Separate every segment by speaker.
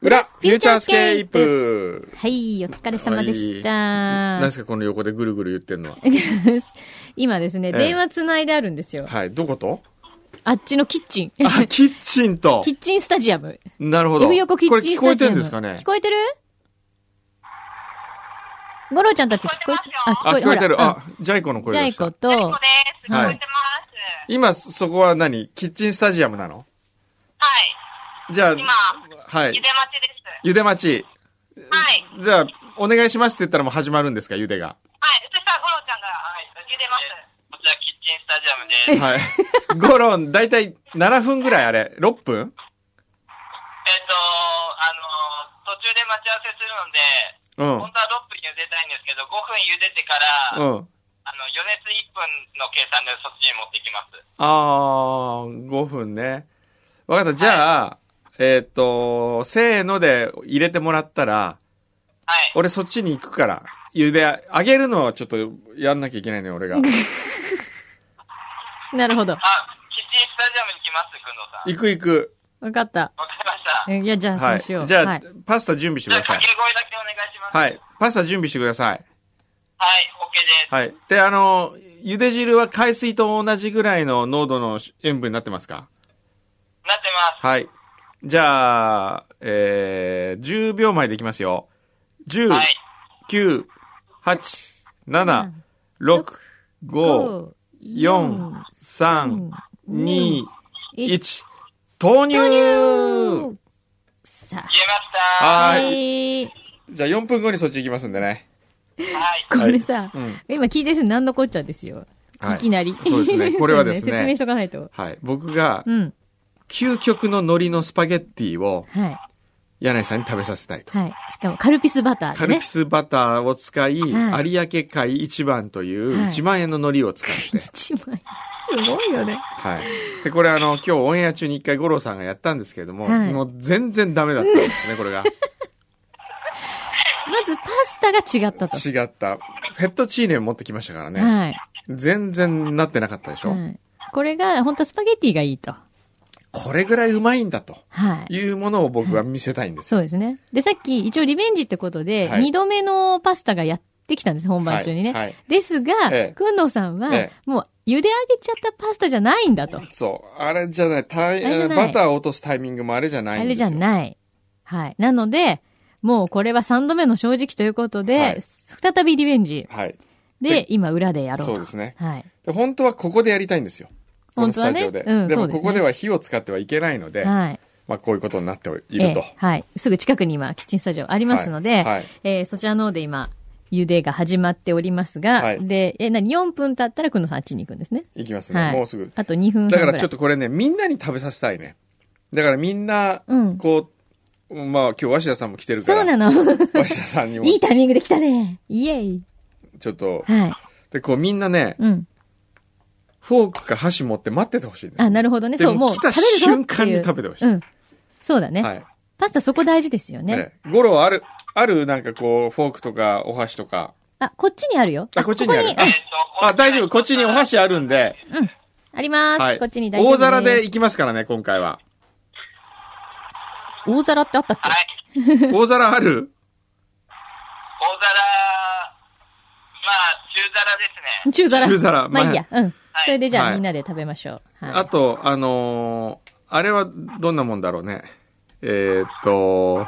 Speaker 1: フューチャースケープ
Speaker 2: はい、お疲れ様でし
Speaker 1: 何で
Speaker 2: た。
Speaker 1: すかこの横でぐるぐる言ってんのは。
Speaker 2: 今ですね、
Speaker 1: ええ
Speaker 2: 電話つないであるんですよ。
Speaker 1: はい、ど こと
Speaker 2: あっちのキッチン。
Speaker 1: あ、キッチンと
Speaker 2: キ。ッチンスタジアム。
Speaker 1: なるほど。
Speaker 2: F 横キ
Speaker 1: こ
Speaker 2: ッ
Speaker 1: れ
Speaker 2: チ
Speaker 1: 聞
Speaker 2: ンス
Speaker 1: こ
Speaker 2: タ
Speaker 1: え
Speaker 2: ジ
Speaker 1: て
Speaker 2: ア
Speaker 1: るん
Speaker 2: ム。
Speaker 1: ですかね
Speaker 2: 聞こえてるゴロちゃんたち聞こえて、あ、
Speaker 1: あ、聞こえてる。
Speaker 2: ほら
Speaker 1: あ、ジャイコの
Speaker 2: うん
Speaker 1: 声
Speaker 2: ジャ
Speaker 1: で
Speaker 2: イ
Speaker 1: し
Speaker 2: コ
Speaker 1: た。
Speaker 2: と、
Speaker 3: そうです。聞
Speaker 1: はい
Speaker 3: こえてます。
Speaker 1: 今、そこは何キッチンスタジアムなの
Speaker 3: はい。
Speaker 1: じゃあ
Speaker 3: 今、
Speaker 1: はい
Speaker 3: ゆ。でまちです。
Speaker 1: ゆで待ち。
Speaker 3: はい。
Speaker 1: じゃあ、お願いしますって言ったらもう始まるんですかゆで が。
Speaker 3: はい。そしたら、ゴロちゃんが、ゆでます。
Speaker 4: こちらキッチンスタジアムで
Speaker 1: は
Speaker 4: す。えっ、
Speaker 1: い。ゴロン、だいたい7分ぐらいあれ ?6 分
Speaker 4: と、あのー途中で待ち合わせするので、
Speaker 1: うん。
Speaker 4: 本当は6分茹でたいんですけど、5分茹でてから、
Speaker 1: うん。
Speaker 4: あの、余熱1分の計算でそっちに持ってきます。
Speaker 1: あー、5分ね。わかった。じゃあ、えーっ、と、せーので入れてもらったら、
Speaker 4: はい。
Speaker 1: 俺そっちに行くから、茹で、あげるのはちょっとやんなきゃいけないね、 俺が。
Speaker 2: なるほど。
Speaker 4: あ、キッチンスタジアムに来ます、くんどさん。
Speaker 1: 行く行く。
Speaker 2: わかった。
Speaker 4: わかりました。
Speaker 2: えいや、じゃあ、そ
Speaker 1: は
Speaker 2: うしよう。
Speaker 1: い。じゃあ、
Speaker 2: はい
Speaker 1: パスタ準備してく
Speaker 4: じゃ
Speaker 1: だ
Speaker 4: あ、
Speaker 1: さ
Speaker 4: 掛
Speaker 1: い
Speaker 4: け。声だけお願いします。
Speaker 1: は
Speaker 4: はい。
Speaker 1: い。パスタ準備してください。
Speaker 4: はい、OK です。
Speaker 1: はい。で、あの、茹で汁は海水と同じぐらいの濃度の塩分になってますか
Speaker 4: なってます。
Speaker 1: はい。じゃあ、えー、10秒前でいきますよ。10、
Speaker 4: はい。
Speaker 1: 9、8、7、6、5、4、3、2、1、投入
Speaker 2: さ
Speaker 4: 言えました。
Speaker 2: あ、
Speaker 1: は。
Speaker 2: はいい。
Speaker 1: じゃあ4分後にそっち行きますんでね。
Speaker 4: はい。
Speaker 2: これさ、
Speaker 1: うん。
Speaker 2: 今聞いてる人何のこっちゃですよ。
Speaker 1: はい
Speaker 2: いきなり。
Speaker 1: そうです ねこれはですね
Speaker 2: そう説明しとかないと。
Speaker 1: はい。僕が、
Speaker 2: うん。
Speaker 1: 究極の海苔のスパゲッティを、
Speaker 2: はい。
Speaker 1: 柳井さんに食べさせたいと。
Speaker 2: はい。しかも、カルピスバター
Speaker 1: カ
Speaker 2: で
Speaker 1: ル
Speaker 2: ね
Speaker 1: ピ。スバターを使い、
Speaker 2: は
Speaker 1: 有明海一番という
Speaker 2: はい
Speaker 1: 1万円の海苔を使って。
Speaker 2: 一枚。すごいよね。
Speaker 1: はい。で、これあの、今日オンエア中に一回五郎さんがやったんですけれども、
Speaker 2: はい
Speaker 1: もう全然ダメだったんですね、これが。
Speaker 2: まず、パスタが違ったと。
Speaker 1: 違った。フェットチーネを持ってきましたからね。
Speaker 2: はい。
Speaker 1: 全然なってなかったでしょ、
Speaker 2: はい。これが、本当はスパゲティがいいと。
Speaker 1: これぐらいうまいんだと
Speaker 2: はい。
Speaker 1: いうものを僕は見せたいんです。
Speaker 2: そうですね。で、さっき、一応リベンジってことで、
Speaker 1: はい
Speaker 2: 二度目のパスタがやってきたんです、本番中にね。
Speaker 1: はいはい
Speaker 2: ですが、
Speaker 1: ええ
Speaker 2: くんどうさんは、
Speaker 1: ええ
Speaker 2: もう、茹で上げちゃったパスタじゃないんだと。
Speaker 1: そう。あれじゃない。たい
Speaker 2: あれじゃない
Speaker 1: バターを落とすタイミングもあれじゃない
Speaker 2: あ
Speaker 1: ん
Speaker 2: れ
Speaker 1: です
Speaker 2: じ
Speaker 1: よ。
Speaker 2: ゃない。はい。なので、もうこれは3度目の正直ということで、
Speaker 1: はい
Speaker 2: 再びリベンジ。
Speaker 1: はい。
Speaker 2: で
Speaker 1: で、
Speaker 2: 今裏でやろう
Speaker 1: そ
Speaker 2: と。
Speaker 1: うですね
Speaker 2: はい。
Speaker 1: で本当はここでやりたいんですよ。この
Speaker 2: 本
Speaker 1: ス
Speaker 2: 当は
Speaker 1: タ
Speaker 2: ね
Speaker 1: ジオで。
Speaker 2: うん
Speaker 1: で
Speaker 2: そ
Speaker 1: も
Speaker 2: うです
Speaker 1: こ
Speaker 2: ね
Speaker 1: こでは火を使ってはいけないので、
Speaker 2: はい。
Speaker 1: まあこういうことになってい
Speaker 2: え
Speaker 1: る
Speaker 2: え
Speaker 1: と。
Speaker 2: はい。すぐ近くに今、キッチンスタジオありますので、
Speaker 1: はいはい
Speaker 2: えーそちらの方で今、茹でが始まっておりますが、
Speaker 1: はい
Speaker 2: で、え、何 ?4 分経ったらくんのさんあっちに行くんですね。
Speaker 1: いきますね、
Speaker 2: はい。
Speaker 1: もうすぐ。
Speaker 2: あと2分半ぐ
Speaker 1: だ
Speaker 2: ら
Speaker 1: か
Speaker 2: い。
Speaker 1: らちょっとこれね、みんなに食べさせたいね。だからみんな
Speaker 2: うん、
Speaker 1: こう、まあ今日鷲田さんも来てるか
Speaker 2: そう
Speaker 1: ら、
Speaker 2: なの。
Speaker 1: 鷲田さんにも
Speaker 2: いいタイミングで来たね。イエイ。
Speaker 1: ちょっと、
Speaker 2: はい。
Speaker 1: で、こうみんなね、
Speaker 2: うん。
Speaker 1: フォークか箸持って待っててほしいね。
Speaker 2: あ、なるほどね。
Speaker 1: で
Speaker 2: そう、
Speaker 1: もう
Speaker 2: もう、
Speaker 1: 来た
Speaker 2: 食べるぞっていう
Speaker 1: 瞬間に食べてほしい
Speaker 2: うん。そうだね。
Speaker 1: はい。
Speaker 2: パスタそこ大事ですよね。
Speaker 1: ね。ゴロはある、あるなんかこう、フォークとかお箸とか。
Speaker 2: あ、こっちにあるよ。
Speaker 1: あ、こっちにある。
Speaker 2: ここ
Speaker 1: あ
Speaker 2: に
Speaker 4: ここに
Speaker 1: あ、大丈夫。こっちにお箸あるんで。
Speaker 2: ああります。
Speaker 1: はい。
Speaker 2: こっちに大丈夫。
Speaker 1: 大皿で。いきますからね、今回は。
Speaker 2: 大皿ってあったっ
Speaker 4: はい。
Speaker 1: 大皿ある
Speaker 4: 大皿、まあ、中皿ですね。
Speaker 2: け中皿。
Speaker 1: 中皿
Speaker 2: まあいいや。うん。
Speaker 4: い
Speaker 2: それでじゃ
Speaker 1: は
Speaker 2: あ
Speaker 1: い
Speaker 2: みんなで食べましょう。は
Speaker 1: あ
Speaker 2: い。
Speaker 1: と、あのーあれはどんなもんだろうね。えーっと、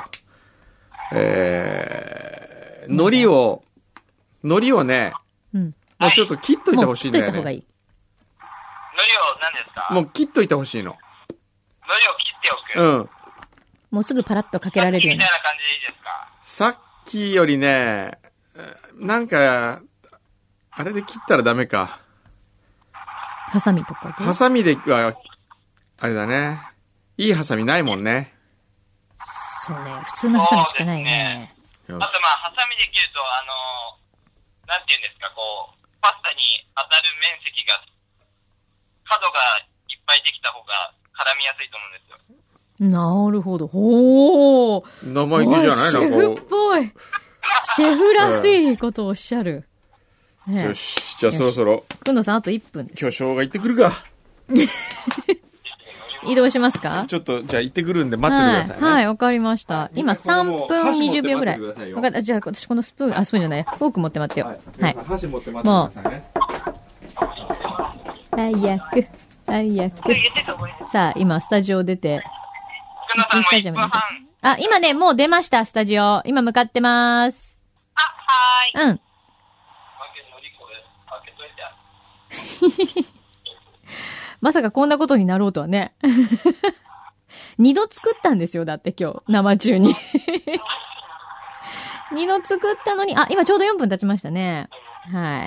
Speaker 1: えー、海苔を、海苔をね、
Speaker 2: うん。
Speaker 1: もうちょっと切っといて
Speaker 2: もう
Speaker 1: ほし
Speaker 2: 切
Speaker 1: い
Speaker 2: っ
Speaker 1: んだ
Speaker 2: といた方
Speaker 1: よ
Speaker 2: が
Speaker 1: ね。
Speaker 2: いい。
Speaker 4: 海苔を、何ですか
Speaker 1: もう切っといてほしいの。
Speaker 4: 海苔を切ってお
Speaker 1: う
Speaker 4: く。さっ
Speaker 1: ん。
Speaker 2: もうすぐパラッとかけられる
Speaker 4: き
Speaker 2: よう
Speaker 4: み
Speaker 2: に
Speaker 4: たい。な感じでいいですか
Speaker 1: さっきよりね、えーなんか、あれで切ったらダメか。
Speaker 2: ハサミとかで
Speaker 1: ハ。サミでは、あれだね。いいハサミないもんね。
Speaker 2: そうね。普通のハサミしかないね。
Speaker 1: よ
Speaker 4: あと、まあ、ハサミで切ると、あのー、なんていうんですか、こう、パスタに当たる面積が、角がいっぱいできた方が絡みやすいと思うんですよ。
Speaker 2: なるほど。ほー。
Speaker 1: し生意気じゃない
Speaker 2: シ
Speaker 1: な
Speaker 2: ェ
Speaker 1: んか
Speaker 2: フっぽい。シェフらしいことをおっしゃる。
Speaker 1: こう
Speaker 2: ね
Speaker 1: よし。じゃあそろそろ、
Speaker 2: くんどさんあと1分です
Speaker 1: 今。日生姜行ってくるか。
Speaker 4: 乗り
Speaker 2: 移動しますか
Speaker 1: ちょっと、じゃあ行ってくるんで待っててくださいね。
Speaker 2: はい、はい、わかりました。
Speaker 1: い
Speaker 2: 今
Speaker 1: みんなこの
Speaker 2: 3分
Speaker 1: 箸持って
Speaker 2: 20秒ぐらい。
Speaker 1: 待っててくださいよ
Speaker 2: わかった。じゃあ私このスプーン、あ、スプーンじゃない。フォーク持って待ってよ。はい。
Speaker 1: 皆さん箸持って待ってくださいね。
Speaker 2: 最悪。最悪。
Speaker 3: 言ってた覚えてる。
Speaker 2: さあ、今スタジオ出て。
Speaker 4: 福野さんも1分半。
Speaker 2: あ、今ね、もう出ました、スタジオ。今向かってます。
Speaker 3: あ、はーい。
Speaker 2: うん。まさかこんなことになろうとはね。 二度作ったんですよ、だって今日、生中に。 二度作ったのに、あ、今ちょうど4分経ちましたね。は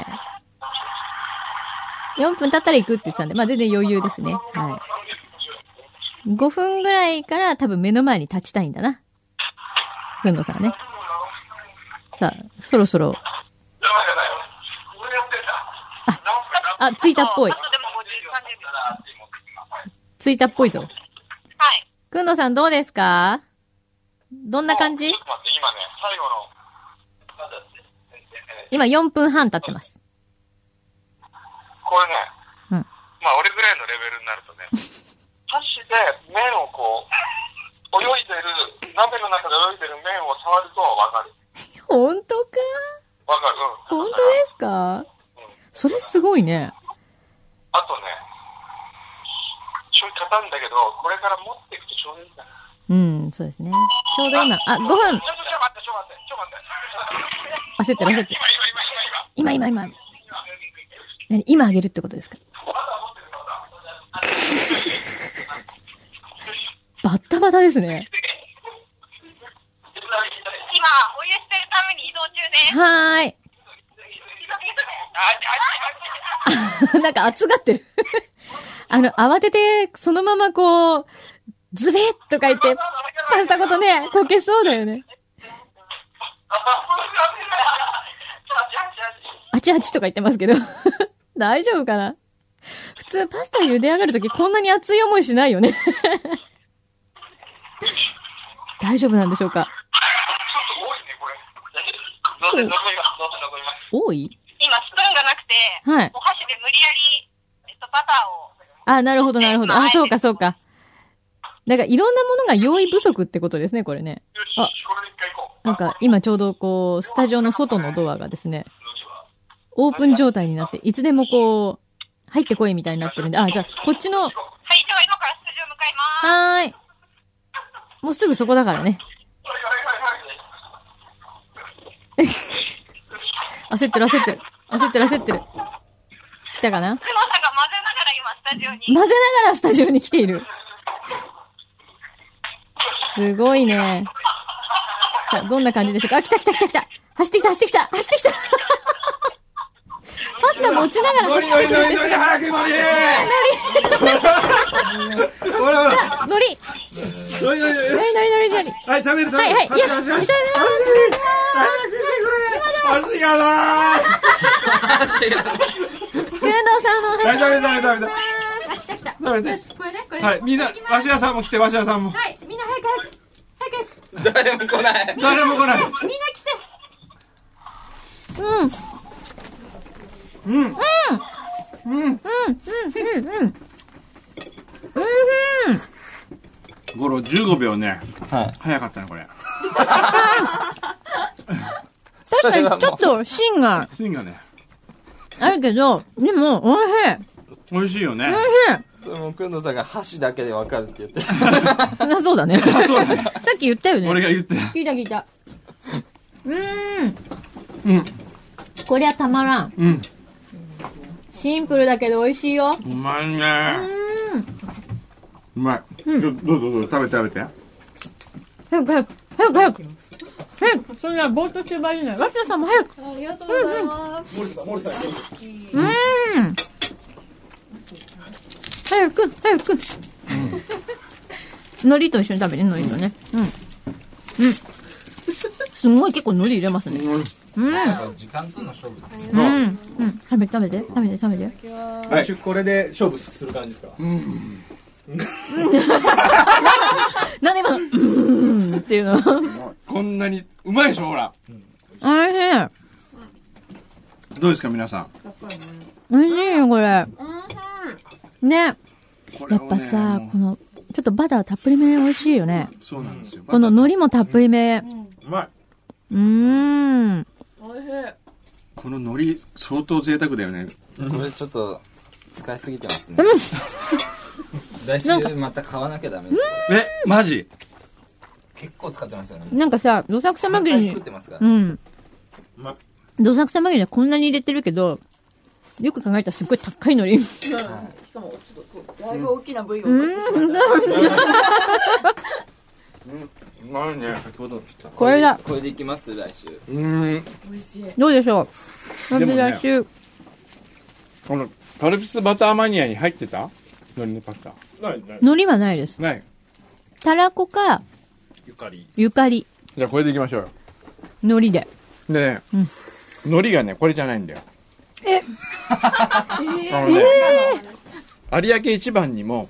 Speaker 2: い。4分経ったら行くって言ってたんで、まあ全然余裕ですね。はい。5分ぐらいから多分目の前に立ちたいんだな。ふんのさんね。さあ、そろそろ、
Speaker 4: やばいやばい。これやってた。
Speaker 2: あ、着いたっぽい
Speaker 3: あ。とでも53秒。
Speaker 2: 着いたっぽいぞ。
Speaker 3: はい。
Speaker 2: くんのさんどうですかどんな感じ
Speaker 4: ちょっと待って、今ね、最後の。なんだって
Speaker 2: 今4分半経ってます。
Speaker 4: これね、
Speaker 2: うん
Speaker 4: まあ俺ぐらいのレベルになるとね、箸で麺をこう、泳いでる、鍋の中で泳いでる麺を触るとはわかる。
Speaker 2: 本当か
Speaker 4: わかる。うん。
Speaker 2: 本当ですかそれすごいね。
Speaker 4: あとね、ちょい硬いんだけど、これから持っていくとちょうどいいんだな。
Speaker 2: うん、そうですね。ちょうど今、あ、5分
Speaker 4: ちょっとちょっと待って、ちょっと待って、ちょ
Speaker 2: 焦
Speaker 4: っ
Speaker 2: ってる焦ってる。
Speaker 4: と
Speaker 2: 今今今。
Speaker 4: 待って。今、今、今、今、今。
Speaker 2: 何今あげるってことですかバッタバタですね。
Speaker 3: 今、お湯してるために移動中です。
Speaker 2: はーい。 なんか熱がってる。 あの、慌てて、そのままこう、ズベッと書いて、パスタごとね、こけそうだよね。あちあちとか言ってますけど。 大丈夫かな普通パスタ茹で上がるときこんなに熱い思いしないよね。 大丈夫なんでしょうか
Speaker 4: ちょっと多いね、これ。どうせ残ります、どうせ残ります。
Speaker 2: 多い
Speaker 3: 今、スプーンがなくて、
Speaker 2: はい
Speaker 3: お箸で無理やり、えっと、バターを。
Speaker 2: あ、なるほど、なるほど。あ、そうか、そうか。なんかいろんなものが用意不足ってことですね、これね。
Speaker 4: よし、
Speaker 2: あ
Speaker 4: これで一回行こう。
Speaker 2: なんか今ちょうどこう、スタジオの外のドアがですね、オープン状態になって、いつでもこう、入ってこいみたいになってるんで、あ、じゃあこっちの、
Speaker 3: はい、では今からスタジオ向かいます。
Speaker 2: はーい。もうすぐそこだからね。
Speaker 4: はいはいはいはい。
Speaker 2: 焦ってる焦ってる。焦ってる焦ってる。来た
Speaker 3: 久野さんが混ぜなが
Speaker 2: かな
Speaker 3: ら今、スタジオに。
Speaker 2: 混ぜながらスタジオに来ている。すごいね。さあ、どんな感じでしょうかあ、来た来た来た来た走ってきた走ってきた走ってきたパスタ持ちながら
Speaker 1: ノリ
Speaker 2: 走
Speaker 1: ノ
Speaker 2: って
Speaker 1: リ
Speaker 2: くる
Speaker 1: ノ
Speaker 2: ん
Speaker 1: リ
Speaker 2: で
Speaker 1: ノ
Speaker 2: す
Speaker 1: リ早
Speaker 2: が、
Speaker 1: くノリほらほら
Speaker 2: ノリ
Speaker 1: ノリノリノリ
Speaker 2: ノリノリノリノリ
Speaker 1: はい、食べる食べる
Speaker 2: はいはい、よし
Speaker 1: 箸
Speaker 2: 見た目
Speaker 1: 箸箸箸やだー
Speaker 2: くんどうさんのお話
Speaker 1: 食べた食べた食べた
Speaker 2: あ、来た来た
Speaker 1: 食べた
Speaker 2: よし、これね、これね
Speaker 1: はい、みんな、
Speaker 2: きます
Speaker 1: 鷲田さんも来て、鷲田さんも。
Speaker 2: はい、みんな早く早く早く
Speaker 5: 誰も来ない。
Speaker 1: 誰も来ない。
Speaker 2: みんな来てうん
Speaker 1: うん。うん。
Speaker 2: うんうんうんうん
Speaker 1: ゴロ、15秒ね。
Speaker 5: はい。
Speaker 1: 早かったね、これ。
Speaker 5: それ
Speaker 2: 確か
Speaker 5: は
Speaker 2: にちょ
Speaker 5: も
Speaker 2: っと芯が
Speaker 1: 芯がね、
Speaker 2: あるけど、でも、美味しい。
Speaker 1: 美味しいよね。
Speaker 5: う、もう、くんのさんが箸だけでわかるって言っ
Speaker 2: 美
Speaker 5: て。
Speaker 2: 味しい。な、そうだね。さ
Speaker 1: そうだね。
Speaker 2: っき言ったよ
Speaker 1: 俺
Speaker 2: ね。
Speaker 1: が言って。
Speaker 2: 聞いた聞いた。うーん。
Speaker 1: うん。
Speaker 2: こりゃたまらん。
Speaker 1: うん。
Speaker 2: シンプルだけど美味しいよ。
Speaker 1: うまいうね。
Speaker 2: ーん。
Speaker 1: うまい。ちょどうぞどうぞ、食べて食べて。
Speaker 2: 早く早く。早く早く。早く。そんなぼーっとしてる場合じゃない。わしさんも早く。ありがとうございます。うんうん。うーん。早く、早く。海苔と一緒に食べて、海苔とね。うん。うん。すごい結構海苔入れますね。
Speaker 1: うん
Speaker 2: うん。
Speaker 5: 時間との勝負。
Speaker 2: うん。うん。食べて食べて。食べて食べて。
Speaker 6: はい、これで勝負する感じですか、
Speaker 2: なんで今の、うーんっていうの。
Speaker 1: こんなに、うまいでしょ、ほら。
Speaker 2: おいしい。
Speaker 1: どうですか、皆さん。
Speaker 2: おいしいよ、これ。ね。やっぱさ、このちょっとバターたっぷりめ美味しいよね。
Speaker 1: そうなんですよ。
Speaker 2: この海苔もたっぷりめ。
Speaker 1: うまい。
Speaker 2: うーん。
Speaker 7: おいしい。
Speaker 1: この海苔、相当贅沢だよね。
Speaker 5: これちょっと使いすぎてますね。来週また買わなきゃダメですよ。
Speaker 1: え、マジ
Speaker 5: 結構使ってますよね。
Speaker 2: なんかさ、どさくさまぐり
Speaker 5: 三回
Speaker 2: に
Speaker 5: 作っ、てますから
Speaker 2: う。ん。
Speaker 1: ま
Speaker 2: どさくさまぐりにはこんなに入れてるけど、よく考えたらすっごい高い海苔。
Speaker 7: うんしかもちょっとこうだいぶ大きな部位を落としてしまった。
Speaker 1: うまいね。
Speaker 8: 先ほどのちょっ
Speaker 2: これだ。
Speaker 5: これでいきます来週。
Speaker 1: うん。
Speaker 7: 美味しい。
Speaker 2: どうでしょう
Speaker 1: でもね
Speaker 2: 来週。
Speaker 1: この、カルピスバターマニアに入ってた海苔のパスタ。
Speaker 8: とないない
Speaker 2: 海苔はないです。
Speaker 1: ない。
Speaker 2: たらこか、
Speaker 8: ゆかり
Speaker 2: ゆかり、
Speaker 1: じゃあこれでいきましょうよ。
Speaker 2: 海苔で。
Speaker 1: でね、
Speaker 2: うん
Speaker 1: 海苔がね、これじゃないんだよ。 えあのね、有明一番にも、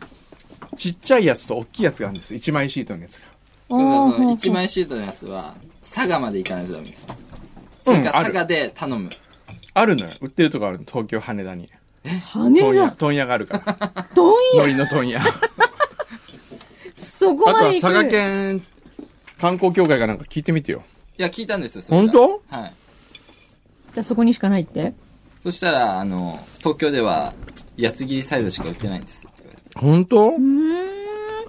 Speaker 1: ちっちゃいやつと大きいやつがあるんです。一枚シートのやつが。
Speaker 2: あ
Speaker 5: そうそうそう
Speaker 2: ー
Speaker 5: 一枚シートのやつは佐賀まで行かないとダメです。そ
Speaker 1: うん
Speaker 5: れか
Speaker 1: ある
Speaker 5: 佐賀で頼む。
Speaker 1: あるのよ。売ってるとこあるの。東京、羽田に。
Speaker 2: 羽
Speaker 1: 問屋、
Speaker 2: だ。
Speaker 1: 問屋があるから。
Speaker 2: どん
Speaker 1: 海
Speaker 2: や、
Speaker 1: 苔の問屋。あ
Speaker 2: そこ
Speaker 1: と
Speaker 2: ま
Speaker 1: は
Speaker 2: で行
Speaker 1: 佐
Speaker 2: く。
Speaker 1: 賀県観光協会かなんか聞いてみてよ。
Speaker 5: いや聞いたんですよ。それ
Speaker 1: 本
Speaker 5: が
Speaker 1: 当
Speaker 5: はい。
Speaker 2: じゃあそこにしかないって。
Speaker 5: そしたらあの東京では八つ切りサイズしか売ってないんですって言われて。
Speaker 1: 本当
Speaker 2: うーん。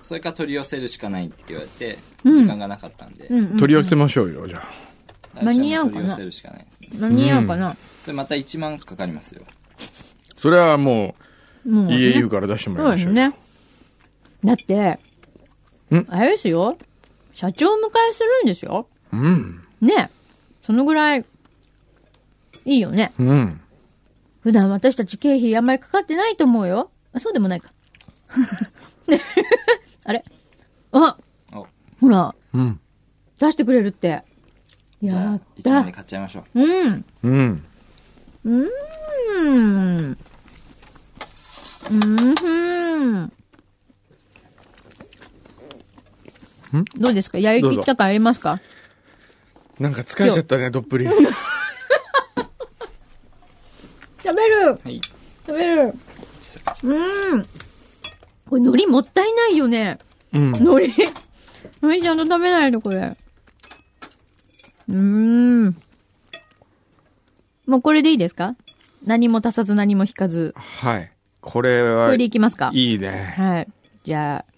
Speaker 5: それか取り寄せるしかないって言われて
Speaker 2: ん
Speaker 5: 時間がなかったんで。
Speaker 2: うんうん
Speaker 1: 取り寄せましょうよ、じゃあ。
Speaker 5: 来週
Speaker 2: 間に合うかな
Speaker 5: 取り寄せるしかないですね。
Speaker 2: 間に合うかな。
Speaker 5: それまた1万かかりますよ。
Speaker 1: それはも
Speaker 2: もう
Speaker 1: う、
Speaker 2: ね
Speaker 1: EAU から出してもらい
Speaker 2: そう
Speaker 1: ま
Speaker 2: で
Speaker 1: しょ
Speaker 2: す
Speaker 1: う。
Speaker 2: ね。だって
Speaker 1: ん、
Speaker 2: あれですよ。社長を迎えするんですよ。
Speaker 1: うん。
Speaker 2: ね。そのぐらい、いいよね。
Speaker 1: うん。
Speaker 2: 普段私たち経費あんまりかかってないと思うよ。あ、そうでもないか。 ね あれあ
Speaker 5: お
Speaker 2: ほら、
Speaker 1: うん。
Speaker 2: 出してくれるって。
Speaker 5: じゃ
Speaker 2: や
Speaker 5: あ
Speaker 2: っ
Speaker 5: 1万
Speaker 2: た
Speaker 5: で。買っちゃいましょう。
Speaker 2: うん。
Speaker 1: うん。
Speaker 2: うん。うんふん。どうですかやりきった感ありますか
Speaker 1: なんか疲れちゃったね、どっぷり。
Speaker 2: 食べる
Speaker 5: はい。
Speaker 2: 食べるうん。これ海苔もったいないよね。
Speaker 1: うん。
Speaker 2: 海苔。海苔ちゃんと食べないと、これ。うーん。もうこれでいいですか何も足さず何も引かず。
Speaker 1: はい。これ
Speaker 2: こ
Speaker 1: は、
Speaker 2: れで
Speaker 1: い
Speaker 2: いきますか
Speaker 1: いね。
Speaker 2: はい。じゃあ、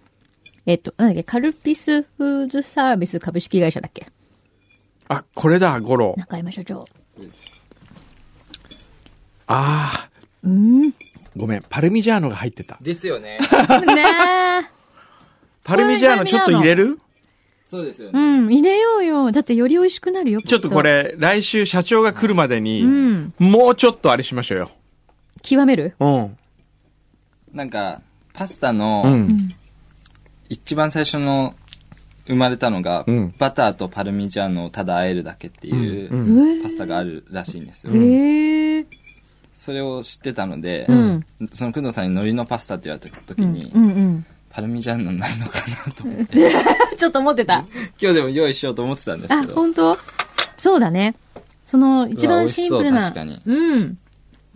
Speaker 2: えっと、なんだっけ、カルピスフーズサービス株式会社だっけ
Speaker 1: あ、これだ、ゴロ。
Speaker 2: 中山社長。
Speaker 1: ああ、
Speaker 2: うん。 ね
Speaker 1: ごめん。パルミジャーノが入ってた。
Speaker 5: ですよね。
Speaker 2: え。
Speaker 1: パルミジャーノちょっと入れる
Speaker 5: そうですよ
Speaker 2: う
Speaker 5: ね。
Speaker 2: ん、入れようよ。だってより美味しくなるよ。き
Speaker 1: ちょっとこ。れ、来週社長が来るまでに、
Speaker 2: うん。
Speaker 1: もうちょっとあれしましょうよ。
Speaker 2: 極める
Speaker 1: うん。
Speaker 5: なんか、パスタ
Speaker 1: う
Speaker 5: の
Speaker 1: ん。
Speaker 5: 一番最初の生まれたのが、
Speaker 1: うん
Speaker 5: バターとパルミジャーノをただ和えるだけってい
Speaker 1: うん
Speaker 5: う
Speaker 2: え
Speaker 5: パスタがあるらしいんですよ。
Speaker 2: え。
Speaker 5: それを知ってたので、
Speaker 2: うん
Speaker 5: その工藤さんに海苔のパスタって言われた時に、
Speaker 2: うんうん。
Speaker 5: パルミジャーノないのかなと思って、
Speaker 2: ちょっと思ってた。
Speaker 5: 今日でも用意しようと思ってたんです
Speaker 2: あ
Speaker 5: け、ど、
Speaker 2: 本当そうだね。その、一
Speaker 5: う
Speaker 2: 番
Speaker 5: わ美味し
Speaker 2: シン
Speaker 5: そう
Speaker 2: プルな。
Speaker 5: 確かに
Speaker 2: うん。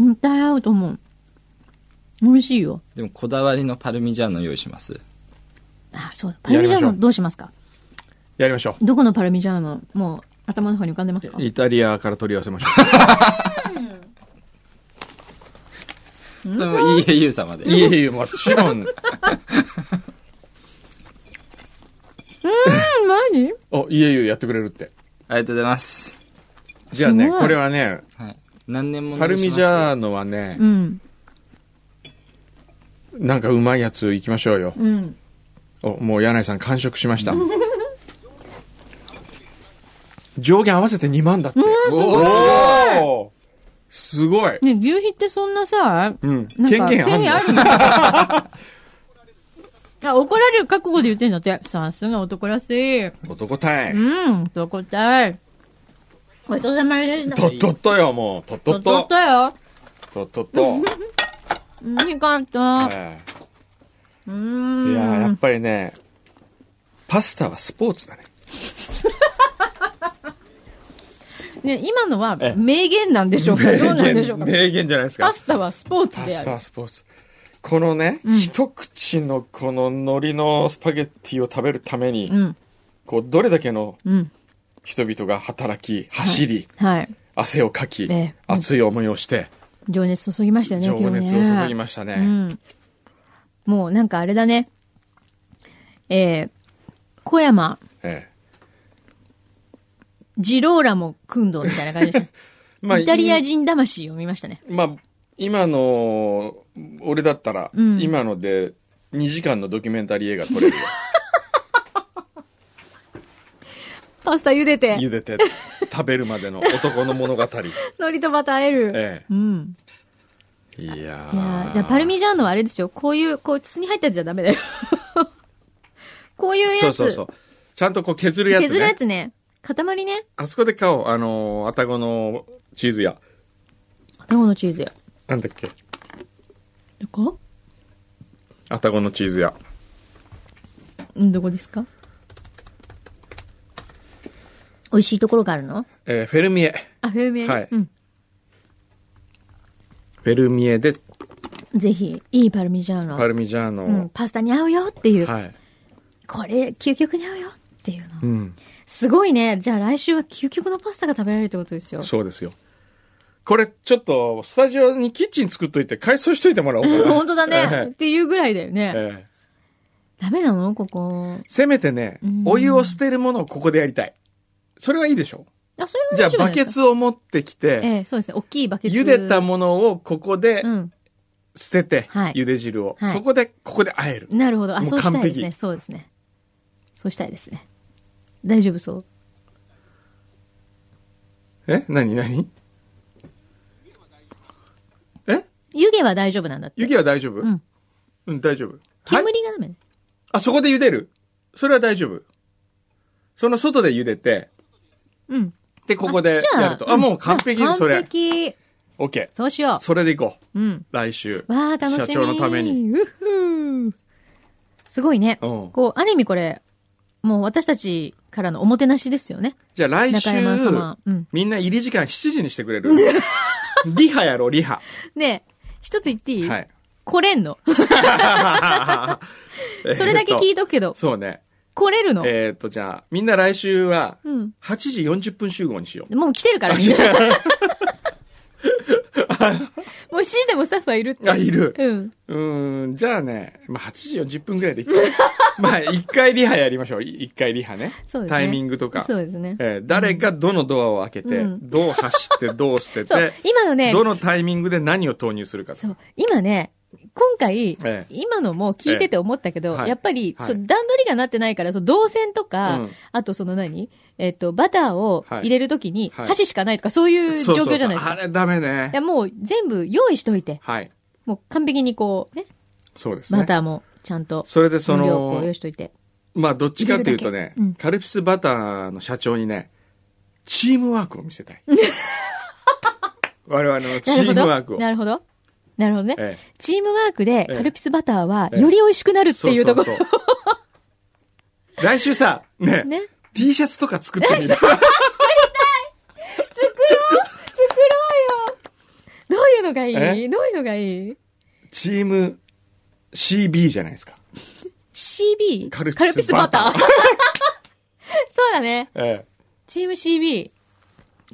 Speaker 2: 絶対合うと思う。美味しいよ。
Speaker 5: でもこだわりのパルミジャーノ用意します。
Speaker 2: あ、そうだ。パルミジャー
Speaker 1: やりま
Speaker 2: ノ
Speaker 1: しょう
Speaker 2: どうしますか
Speaker 1: やりましょ
Speaker 2: どこのパルミジャーノもう頭の中に浮かんでますか
Speaker 1: う。イタリアから取り寄せましょ
Speaker 5: それも EAU 様で
Speaker 1: う。。いえいえ、もちろん。
Speaker 2: うん、何
Speaker 1: お、いえいえ、やってくれるって。
Speaker 5: ありがとうございます。
Speaker 1: じゃあね、
Speaker 2: すごい
Speaker 1: これはね、
Speaker 5: はい。何年も
Speaker 1: パルミジャー
Speaker 5: ー
Speaker 1: ノはね
Speaker 2: う、ん、
Speaker 1: なんかうまいやつ行きましょうよ。
Speaker 2: うん。
Speaker 1: お、もう柳井さん完食しました。上限合わせて2万だって。おーすごい。
Speaker 2: ね、牛皮ってそんなさ、
Speaker 1: うん。
Speaker 2: なん
Speaker 1: 権
Speaker 2: か、
Speaker 1: 限ある
Speaker 2: あ るんだ。あ怒られる覚悟で言ってんだって。さすが男らしい。う
Speaker 1: の男たい。
Speaker 2: ん、と答え。ごちそうさまでした。
Speaker 1: とっとっとよ、もう。とっとっ
Speaker 2: とっ
Speaker 1: と
Speaker 2: と。よ。
Speaker 1: とっとっと。
Speaker 2: うん、よかった。
Speaker 1: ええいや
Speaker 2: う
Speaker 1: ーや
Speaker 2: ー
Speaker 1: っ
Speaker 2: ん。
Speaker 1: ぱりね、パスタはスポーツだね。
Speaker 2: ね、今のは
Speaker 1: ええ
Speaker 2: 名言なんでしょうかどうなんでしょうか
Speaker 1: 名言じゃないですか
Speaker 2: パ。スタはスポーツ
Speaker 1: パ
Speaker 2: で
Speaker 1: ス
Speaker 2: あ
Speaker 1: タ
Speaker 2: る。
Speaker 1: はスポーツ。このね、
Speaker 2: うん
Speaker 1: 一口のこの海苔のスパゲッティを食べるために、
Speaker 2: うん。
Speaker 1: こう、どれだけの
Speaker 2: うん。
Speaker 1: 人々が働き、走り、
Speaker 2: はい。
Speaker 1: 汗をかき、
Speaker 2: ええ
Speaker 1: 熱い思いをして、
Speaker 2: 情熱注ぎましたよね、
Speaker 1: 情
Speaker 2: 今日ね。
Speaker 1: 熱を注ぎましたね。
Speaker 2: うん。もうなんかあれだね。えー、小山、
Speaker 1: え
Speaker 2: ジローラもクンドみたいな感じでし
Speaker 1: え
Speaker 2: た。イタリア
Speaker 1: い
Speaker 2: 人魂を見ましたね。
Speaker 1: まあ、今の、俺だったら、
Speaker 2: うん
Speaker 1: 今ので2時間のドキュメンタリー映画撮れるよ。
Speaker 2: パスタ茹でて、
Speaker 1: 茹でて、食べるまでの男の物語。
Speaker 2: 海苔とバターあえる。
Speaker 1: え
Speaker 2: うん。
Speaker 1: え。いや
Speaker 2: いやーじゃあパルミジャーノはあれですよ。こういう、こう、筒に入ったやつじゃダメだよ。 こういうやつ。
Speaker 1: そうそうそう。ちゃんとこう削るやつ、ね。
Speaker 2: 削るやつね。塊ね。
Speaker 1: あそこで買おう。あのー、あたごのチーズ屋。
Speaker 2: 卵のチーズや。
Speaker 1: なんだっけ。
Speaker 2: どこ
Speaker 1: あたごのチーズ屋。
Speaker 2: うん、どこですか美味しいところがあるの
Speaker 1: えーフェルミエ。
Speaker 2: あ、フェルミエね。
Speaker 1: はい
Speaker 2: うん。
Speaker 1: フェルミエで
Speaker 2: ぜひ、いいパルミジャーノ。
Speaker 1: パルミジャーノを
Speaker 2: うん、パスタに合うよっていう、
Speaker 1: はい。
Speaker 2: これ、究極に合うよっていうの。
Speaker 1: うん。
Speaker 2: すごいね。じゃあ来週は究極のパスタが食べられるってことですよ。
Speaker 1: そうですよ。これ、ちょっと、スタジオにキッチン作っといて、改装しといてもらおうかな。
Speaker 2: 本当だね。っ
Speaker 1: え
Speaker 2: ていうぐらいだよ
Speaker 1: え。
Speaker 2: ね。
Speaker 1: ええ
Speaker 2: ダメなのここ。
Speaker 1: せめてね
Speaker 2: うん、
Speaker 1: お湯を捨てるものをここでやりたい。それはいいでしょ
Speaker 2: あ、それは
Speaker 1: じゃあ、
Speaker 2: 大丈夫な
Speaker 1: バ
Speaker 2: んで
Speaker 1: ケ
Speaker 2: すか
Speaker 1: ツを持ってきて、
Speaker 2: ええ、そうですね。大きいバケツ。
Speaker 1: 茹でたものをここで
Speaker 2: うん。
Speaker 1: 捨てて、
Speaker 2: はい
Speaker 1: 茹で汁を。
Speaker 2: はい
Speaker 1: そこで、ここで和える。
Speaker 2: なるほど。あ、
Speaker 1: もう
Speaker 2: そうしたいです
Speaker 1: 完
Speaker 2: ね。
Speaker 1: 璧
Speaker 2: そうですね。そうしたいですね。大丈夫そう。
Speaker 1: え何何え
Speaker 2: 湯気は大丈夫なんだって。
Speaker 1: 湯気は大丈夫
Speaker 2: うん。
Speaker 1: うん、大丈夫。はい
Speaker 2: 煙がダメね。
Speaker 1: あ、そこで茹でるそれは大丈夫。その外で茹でて、
Speaker 2: うん。
Speaker 1: で、ここで
Speaker 2: じゃあ
Speaker 1: やると。あ、もう完璧
Speaker 2: あ
Speaker 1: そ
Speaker 2: 完
Speaker 1: れ。
Speaker 2: 璧。
Speaker 1: オッケ
Speaker 2: そうしよ
Speaker 1: ー。それでいこ
Speaker 2: う。うん。
Speaker 1: う。来週。
Speaker 2: わあ、楽し
Speaker 1: 社
Speaker 2: み。
Speaker 1: 長のために。
Speaker 2: うっふーすごいね。
Speaker 1: うん。
Speaker 2: こう、ある意味これ、もう私たちからのおもてなしですよね。
Speaker 1: じゃあ来週
Speaker 2: 中、山様。うん。
Speaker 1: みんな入り時間7時にしてくれ るリハやろ、リハ。
Speaker 2: ねえ、一つ言っていい、
Speaker 1: はい。
Speaker 2: 来れんのそれだけ聞い
Speaker 1: い
Speaker 2: とくけど、
Speaker 1: そうね。
Speaker 2: 来れるの、
Speaker 1: えーっと、じゃあ、みんな来週は、
Speaker 2: うん。
Speaker 1: 8時40分集合にしよう。
Speaker 2: もう来てるか ら、みんな。もう7時でもスタッフはいるって。
Speaker 1: あいる
Speaker 2: うん。
Speaker 1: うーん、じゃあね、まあ、8時40分ぐらいでいい かまあ、一回リハやりましょう。い一回リハね。
Speaker 2: そうですね
Speaker 1: タイミングとか。
Speaker 2: そうですね。
Speaker 1: えー誰がどのドアを開けて、
Speaker 2: うん
Speaker 1: どう走って、どう捨て
Speaker 2: そう
Speaker 1: て、、
Speaker 2: 今のね、
Speaker 1: どのタイミングで何を投入するかと。
Speaker 2: そう、今ね、今回、
Speaker 1: ええ
Speaker 2: 今のも聞いてて思ったけど、
Speaker 1: ええはい
Speaker 2: やっぱり、
Speaker 1: はい
Speaker 2: そう段取りがなってないから、そう動線とか、
Speaker 1: うん
Speaker 2: あとその何えっ、と、バターを入れるときに、
Speaker 1: はいはい
Speaker 2: 箸しかないとか、そういう
Speaker 1: そうそう
Speaker 2: 状
Speaker 1: そう
Speaker 2: 況じゃないです
Speaker 1: あ
Speaker 2: か。
Speaker 1: れダメ
Speaker 2: い
Speaker 1: ね
Speaker 2: や、。もう全部用意しといて、
Speaker 1: はい。
Speaker 2: もう完璧にこう、ね、
Speaker 1: そうですね。
Speaker 2: バターもちゃんと、
Speaker 1: それでそ
Speaker 2: 分量をこう用
Speaker 1: の
Speaker 2: 意し、といて。
Speaker 1: まあ、どっちかっていうと
Speaker 2: 入れる
Speaker 1: ね
Speaker 2: だ、けうん
Speaker 1: カルピスバターの社長にね、チームワークを見せた い。我々のチ
Speaker 2: なるほ
Speaker 1: ームワーク
Speaker 2: ど。
Speaker 1: を。
Speaker 2: なるほど。なるほどね。
Speaker 1: え
Speaker 2: チームワークで
Speaker 1: ええ
Speaker 2: カルピスバターは
Speaker 1: ええ
Speaker 2: より美味しくなる
Speaker 1: え
Speaker 2: っていうとこ
Speaker 1: そ
Speaker 2: ろ。
Speaker 1: うそうそう来週さ、ね、
Speaker 2: ね。
Speaker 1: T シャツとか作ってみる。
Speaker 2: 作ろう作ろうよどういうのがいい
Speaker 1: え
Speaker 2: どういうのがいい
Speaker 1: チーム CB じゃないですか。
Speaker 2: ?CB?
Speaker 1: カルピスバター
Speaker 2: そうだね。
Speaker 1: え
Speaker 2: チーム
Speaker 1: え、
Speaker 2: CB。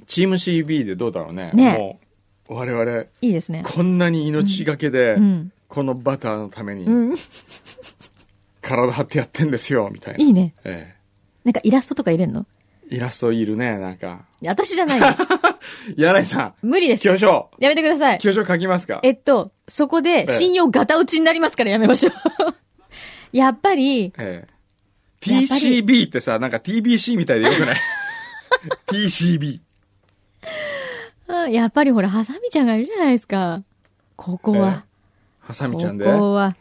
Speaker 1: チーム CB でどうだろうね。
Speaker 2: ね
Speaker 1: もう、我々、
Speaker 2: いいですね。
Speaker 1: こんなに命がけで、
Speaker 2: うん。
Speaker 1: このバターのために、
Speaker 2: うん。
Speaker 1: 体張ってやってんですよ、みたいな。
Speaker 2: いいね。
Speaker 1: え
Speaker 2: なんかイラストとか入れんの
Speaker 1: え、イラストいるね、なんか。
Speaker 2: 私じ ゃない。
Speaker 1: 柳井さ
Speaker 2: 無理で
Speaker 1: ん、
Speaker 2: す。
Speaker 1: 巨
Speaker 2: や
Speaker 1: 匠
Speaker 2: めてください。
Speaker 1: 巨匠書きますか
Speaker 2: えっと、そこで
Speaker 1: え
Speaker 2: 信用ガタ落ちになりますからやめましょう。 やっぱり、
Speaker 1: ええ。
Speaker 2: やっぱり
Speaker 1: TCB ってさ、なんか TBC みたいでよ くない ?TCB。
Speaker 2: うんやっぱりほら、ハサミちゃんがいるじゃないですか。ここは。
Speaker 1: ハサミ
Speaker 2: こ
Speaker 1: ちゃんで。
Speaker 2: こは。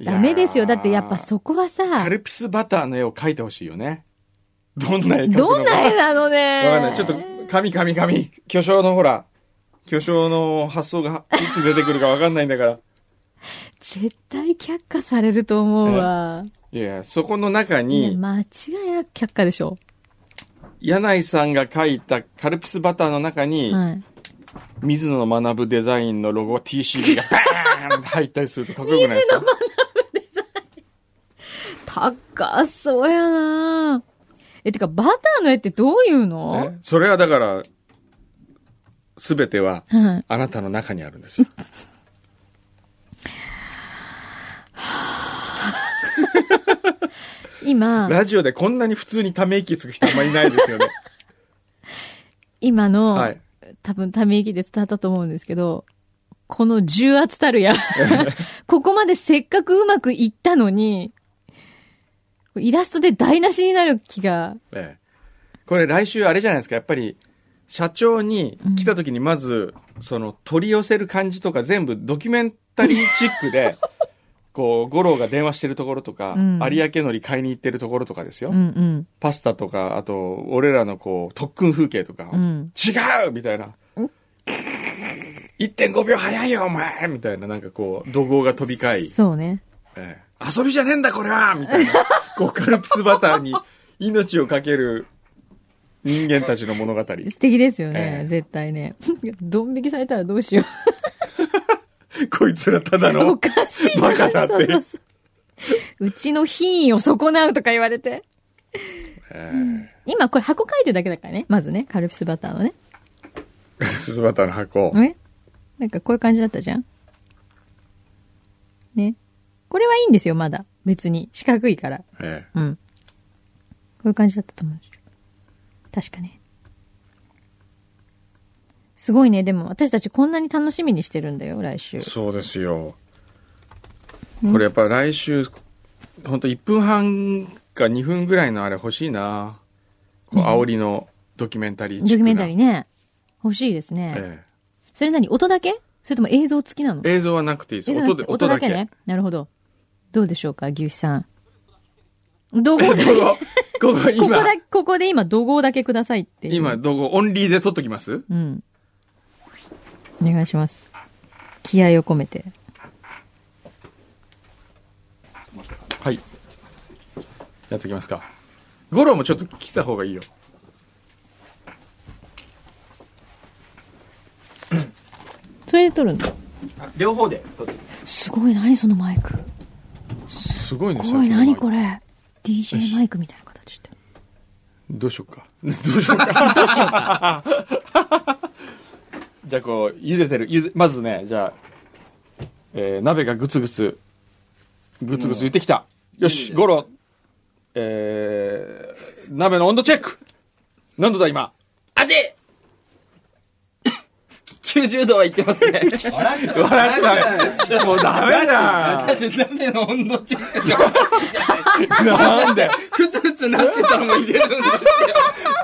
Speaker 1: いやー
Speaker 2: ダメですよ。だってやっぱそこはさ
Speaker 1: カ、ルピスバターの絵を描いてほしいよね。どんな絵描くのか
Speaker 2: どんな絵なのね。
Speaker 1: わかんない。ちょっと、神神神。巨匠のほら、巨匠の発想がいつ出てくるかわかんないんだから。
Speaker 2: 絶対却下されると思うわ。
Speaker 1: いや、そこの中
Speaker 2: ね
Speaker 1: に、
Speaker 2: 間違いなく却下でしょ。
Speaker 1: 柳井さんが書いたカルピスバターの中に、
Speaker 2: はい。
Speaker 1: 水野学ぶデザインのロゴが TCB がバーンって入ったりするとかっこよくないですか
Speaker 2: 高そうやなえ、てか、バターの絵ってどういうの
Speaker 1: ねそれはだから、すべては、
Speaker 2: はい。
Speaker 1: あなたの中にあるんですよ。
Speaker 2: 今、
Speaker 1: ラジオでこんなに普通にため息つく人あんまりいないですよね。
Speaker 2: 今の、
Speaker 1: はい。
Speaker 2: 多分ため息で伝わったと思うんですけど、この重圧た るや、ここまでせっかくうまくいったのに、イラストで台無しになる気が、
Speaker 1: ええ。これ来週あれじゃないですか、やっぱり、社長に来た時にまず、その取り寄せる感じとか全部ドキュメンタリーチック で、こう、五郎が電話してるところとか、
Speaker 2: うん
Speaker 1: 有明のり買いに行ってるところとかですよ。
Speaker 2: うんうん、
Speaker 1: パスタとか、あと、俺らのこう、特訓風景とか、
Speaker 2: うん。
Speaker 1: 違うみたいな。1.5秒早いよ、お前みたいな、なんかこう、怒号が飛び交い、
Speaker 2: そうね。
Speaker 1: ええ遊びじゃねえんだ、これはみたい な、こう、カルピスバターに命をかける人間たちの物語。
Speaker 2: 素敵ですよね、
Speaker 1: ええ
Speaker 2: 絶対ね。 ドン引きされたらどうしよ
Speaker 1: こいつらただ
Speaker 2: う。お
Speaker 1: の、
Speaker 2: かしい
Speaker 1: バカだって。
Speaker 2: そうそうそううちの品位を損なうとか言われて。
Speaker 1: ええ
Speaker 2: 今これ箱書いてるだけだからね。まずね、カルピスバターのね。
Speaker 1: カルピスバターの箱。
Speaker 2: ねなんかこういう感じだったじゃんね。これはいいんですよ、まだ。別に。四角いから。
Speaker 1: ええ
Speaker 2: うん。こういう感じだったと思うんですよ確かね。すごいね。でも私たちこんなに楽しみにしてるんだよ、来週。
Speaker 1: そうですよ。これやっぱ来週、ほんと1分半か2分ぐらいのあれ欲しいな。こう、煽りのドキュメンタリー
Speaker 2: ドキュメンタリー
Speaker 1: ね。
Speaker 2: ね。欲しいですね。
Speaker 1: え
Speaker 2: それ何音だけそれとも映像付きなの
Speaker 1: え映像はなくていいです。
Speaker 2: 映像
Speaker 1: 音
Speaker 2: だけ
Speaker 1: で、音だけ。
Speaker 2: ね。なるほど。どうでしょうか、牛脂 さん。どこ
Speaker 1: こ
Speaker 2: だけ
Speaker 1: こ、ここ
Speaker 2: ここ
Speaker 1: 今、
Speaker 2: だ、ここで今、怒号だけくださいっていう。
Speaker 1: 今、。どこ、オンリーで撮っときます
Speaker 2: うん。お願いします。気合を込めて。
Speaker 1: はい。やってきますか。ゴロもちょっと来た方がいいよ。
Speaker 2: それで撮るんだ。
Speaker 6: あ両方で撮って
Speaker 2: すごい、何そのマイク。
Speaker 1: すごいね、
Speaker 2: すごい、何こ
Speaker 1: れ。
Speaker 2: れ。DJ マイクみたいな形で。
Speaker 1: どうしようか。どうしようか。どうしようか。 じゃあこう、茹でてる。ゆでまずね、じゃあ、えー、鍋がぐつぐつ、ぐつぐつ言ってきた。よし、ゴロ、えー、鍋の温度チェック何度だ今
Speaker 5: 味 !90 度はいってますね。
Speaker 6: 笑っちゃ う
Speaker 1: 笑ってない。もうダメだ
Speaker 5: だって鍋の温度チェックが、
Speaker 1: なんで
Speaker 5: ふつふつなってたのも入れるんで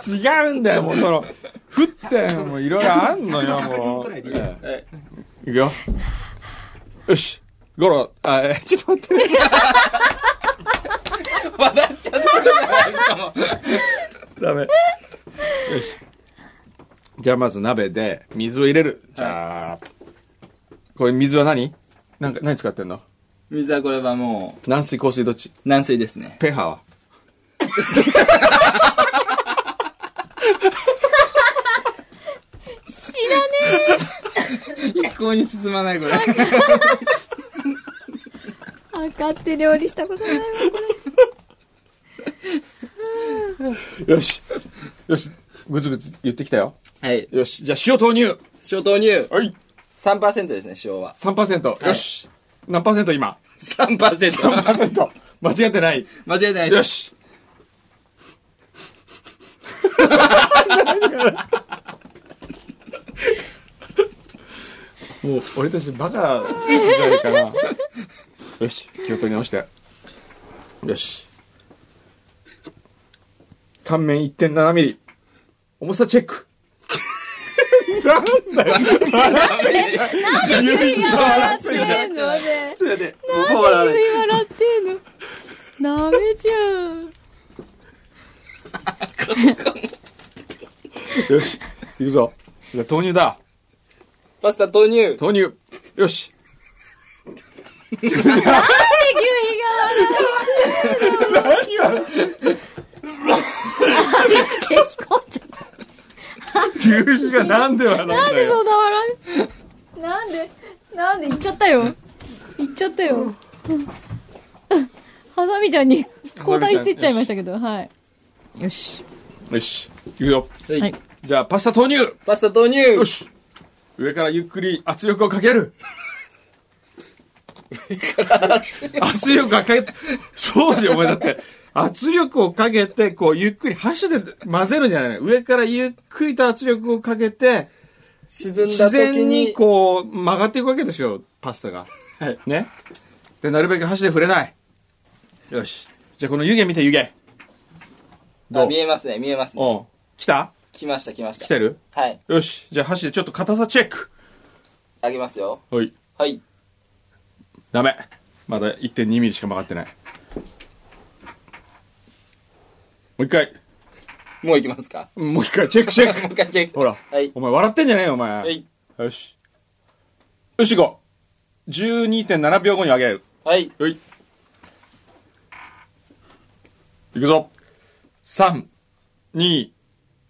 Speaker 5: すよ。
Speaker 1: 違うんだよ、もうその、降ってんもういろいろあんのよ、もう。
Speaker 6: くらいでいい
Speaker 1: ええいくよ。よし、ゴロ、あ、え、ちょっと待って。
Speaker 5: 笑っちゃってるじゃないですか、もう。
Speaker 1: ダメ。よし。じゃあまず鍋で水を入れる。じゃあ、これ水は何なんか、何使ってんの
Speaker 5: 水はこれはも
Speaker 1: 軟水、硬水どっち
Speaker 5: う、軟水ですね。
Speaker 1: ペーハーは
Speaker 2: 知らね
Speaker 5: 一向に進まない、これ。
Speaker 2: え。赤手料理したことないわ。
Speaker 1: よし。よし。ぐつぐつ言ってきたよ。
Speaker 5: はい。
Speaker 1: よし。じゃあ塩投入。
Speaker 5: 塩投入。
Speaker 1: はい。
Speaker 5: 3%ですね、塩は。
Speaker 1: 3%。
Speaker 5: い
Speaker 1: よし。何パーセント今
Speaker 5: 3%。
Speaker 1: ?3%。間違ってない。
Speaker 5: 間違えてないです。
Speaker 1: よし。 もう俺たちバカじゃないかな。よし、気を取り直して。よし。乾麺1.7ミリ。重さチェック。 なんだよ。
Speaker 2: 笑ってんのね。なんで君笑ってんのダメじゃ ん。
Speaker 1: よし、行くぞ。じゃあ豆乳だ。
Speaker 5: パスタ投入。
Speaker 1: 豆乳。よし。
Speaker 2: なんで牛皮が笑ってんの何が咳込んじゃった
Speaker 1: 牛皮がなんで笑うんだよ。
Speaker 2: なんでそうだ笑いなんでなんで言っちゃったよ言っちゃったよハサミちゃんに交代してっちゃいましたけどはいよし
Speaker 1: よし、行くよ。
Speaker 5: はい
Speaker 2: はい
Speaker 1: じゃあ、パスタ投入よ
Speaker 5: パスタ投入
Speaker 1: し上からゆっくり圧力をかける圧力かけ、そうじゃん、お前だって。圧力をかけて、こう、ゆっくり、箸で混ぜるんじゃないの上からゆっくりと圧力をかけて、
Speaker 5: 沈んだ時に
Speaker 1: 自然にこう、曲がっていくわけですよ、パスタが。
Speaker 5: はい
Speaker 1: ね。で、なるべく箸で触れない。よし。じゃあ、この湯気見て、湯気。ど
Speaker 5: あ
Speaker 1: う
Speaker 5: 見えますね見えますね
Speaker 1: おう来た
Speaker 5: 来ました来ました
Speaker 1: 来てる
Speaker 5: はい
Speaker 1: よし。じゃあ、箸でちょっと硬さチェック。
Speaker 5: あげますよ
Speaker 1: はい。
Speaker 5: はい
Speaker 1: ダメ。まだ1.2ミリしか曲がってない。もう一回。
Speaker 5: もういきますか
Speaker 1: もう一回、チェックチェ
Speaker 5: も
Speaker 1: ッ
Speaker 5: う
Speaker 1: ク。
Speaker 5: 一回チェック
Speaker 1: ほら。
Speaker 5: はい
Speaker 1: お前笑ってんじゃねえよ、お前。
Speaker 5: はい
Speaker 1: よし。よし、行こう。12.7秒後に上げる。
Speaker 5: はい
Speaker 1: よい。行くぞ。3、2、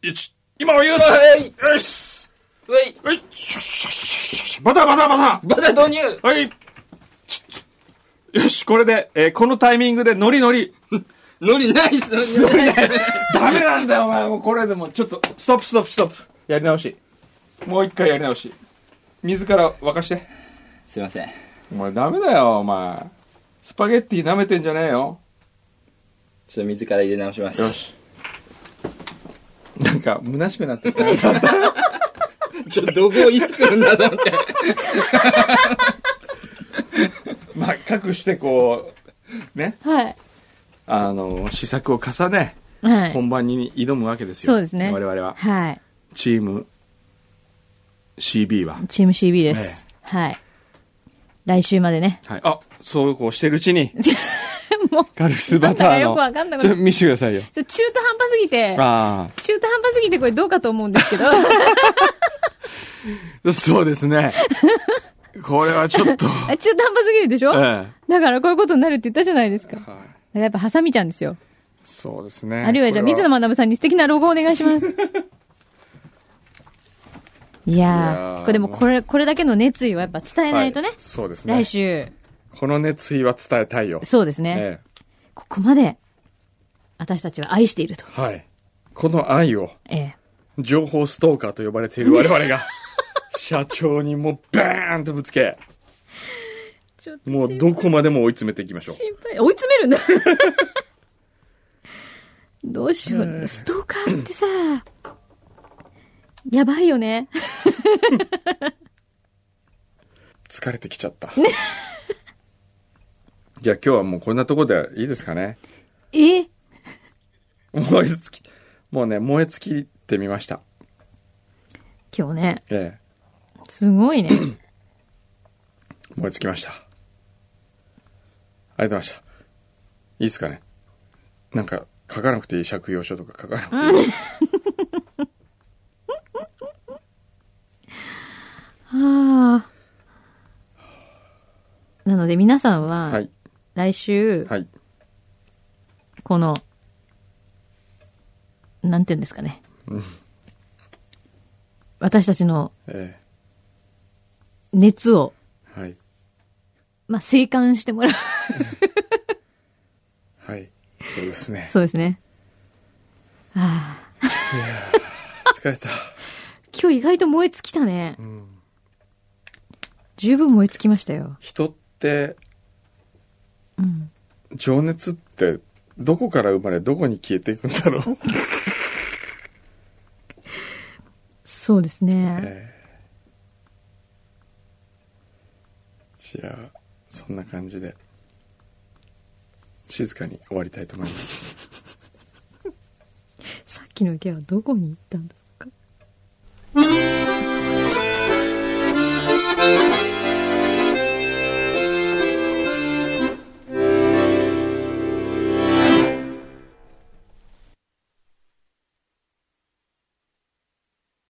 Speaker 1: 1。今は言う
Speaker 5: はい
Speaker 1: よし
Speaker 5: はい
Speaker 1: はいシャッシャッシャッシャッバタバタバタ
Speaker 5: バタ投入
Speaker 1: はい。よし、これで、えーこのタイミングでノリノリ。
Speaker 5: ノリナイスノリナイス
Speaker 1: ダメなんだよ、お前。もうこれでもうちょっと、ストップストップストップ。やり直し。もう一回やり直し。水から沸かして。
Speaker 5: すいません
Speaker 1: お前ダメだよ、お前。スパゲッティ舐めてんじゃねえよ。
Speaker 5: ちょっと水から入れ直します
Speaker 1: よし。なんか、虚しくなってき た。
Speaker 5: ちょどこいつ来るんだと思って
Speaker 1: まあ、かくしてこう、ね、
Speaker 2: はい
Speaker 1: あの、試作を重ね、
Speaker 2: はい
Speaker 1: 本番に挑むわけですよ。
Speaker 2: そうですね
Speaker 1: 我々は。
Speaker 2: はい
Speaker 1: チーム CB は。
Speaker 2: チーム CB ですはい来週までね
Speaker 1: はい。あ、そうこうしてるうちに、
Speaker 2: もう
Speaker 1: カルピスバターの。
Speaker 2: なんだかよくわかんなく
Speaker 1: ち
Speaker 2: な
Speaker 1: ょ見してくださいよ。
Speaker 2: ちょ中途半端すぎて
Speaker 1: あ
Speaker 2: 中途半端すぎてこれどうかと思うんです けど
Speaker 1: あ。そうですね。 これはちょっと。
Speaker 2: あ中途半端すぎるでしょ、
Speaker 1: ええ。
Speaker 2: だからこういうことになるって言ったじゃないですか。だからやっぱハサミちゃんですよ。
Speaker 1: そうですね。
Speaker 2: あるいはじゃあ
Speaker 1: これ
Speaker 2: 水野学さんに素敵なロゴをお願いし ます。いや
Speaker 1: いやー
Speaker 2: ー、これでもこれ、これだけの熱意はやっぱ伝えないとね。
Speaker 1: はいそうですね。
Speaker 2: 来週、
Speaker 1: この熱意は伝えたいよ。
Speaker 2: そうですね。
Speaker 1: え
Speaker 2: ここまで、私たちは愛していると。
Speaker 1: え。はい。この愛を、
Speaker 2: ええ。
Speaker 1: 情報ストーカーと呼ばれている我々 が、社長にもうバーンとぶつけ、
Speaker 2: ちょっと
Speaker 1: もうどこまでも追い詰めていきましょう。
Speaker 2: 心配、追い詰めるんだ。 どうしよう。ストーカーってさ、やばいよね。
Speaker 1: 疲れてきちゃった。じゃあ今日はもうこんなところでいいですかね。
Speaker 2: ええ
Speaker 1: 燃え尽き、もうね、燃え尽きてみました。
Speaker 2: 今日ね、
Speaker 1: え
Speaker 2: すごいね。
Speaker 1: え、燃え尽きました。ありがとうございました。いいですかね。なんか、書かなくていい借用書とか書かなくていい。
Speaker 2: ああ。なので皆さんは、
Speaker 1: はい、
Speaker 2: 来週、
Speaker 1: はい。
Speaker 2: この、なんて言うんですかね。私たちの
Speaker 1: え
Speaker 2: 熱を、
Speaker 1: え、はい、
Speaker 2: まあ、生還しても らう。
Speaker 1: はい。そうですね。
Speaker 2: そうですね。
Speaker 1: 疲れた。
Speaker 2: 今日意外と燃え尽きたね。十分燃え尽きましたよ。
Speaker 1: 人って、情熱って、どこから生まれ、どこに消えていくんだろう。
Speaker 2: そうですね。
Speaker 1: えーじゃあそんな感じで静かに終わりたいと思います
Speaker 2: さっきの池はどこに行ったんですか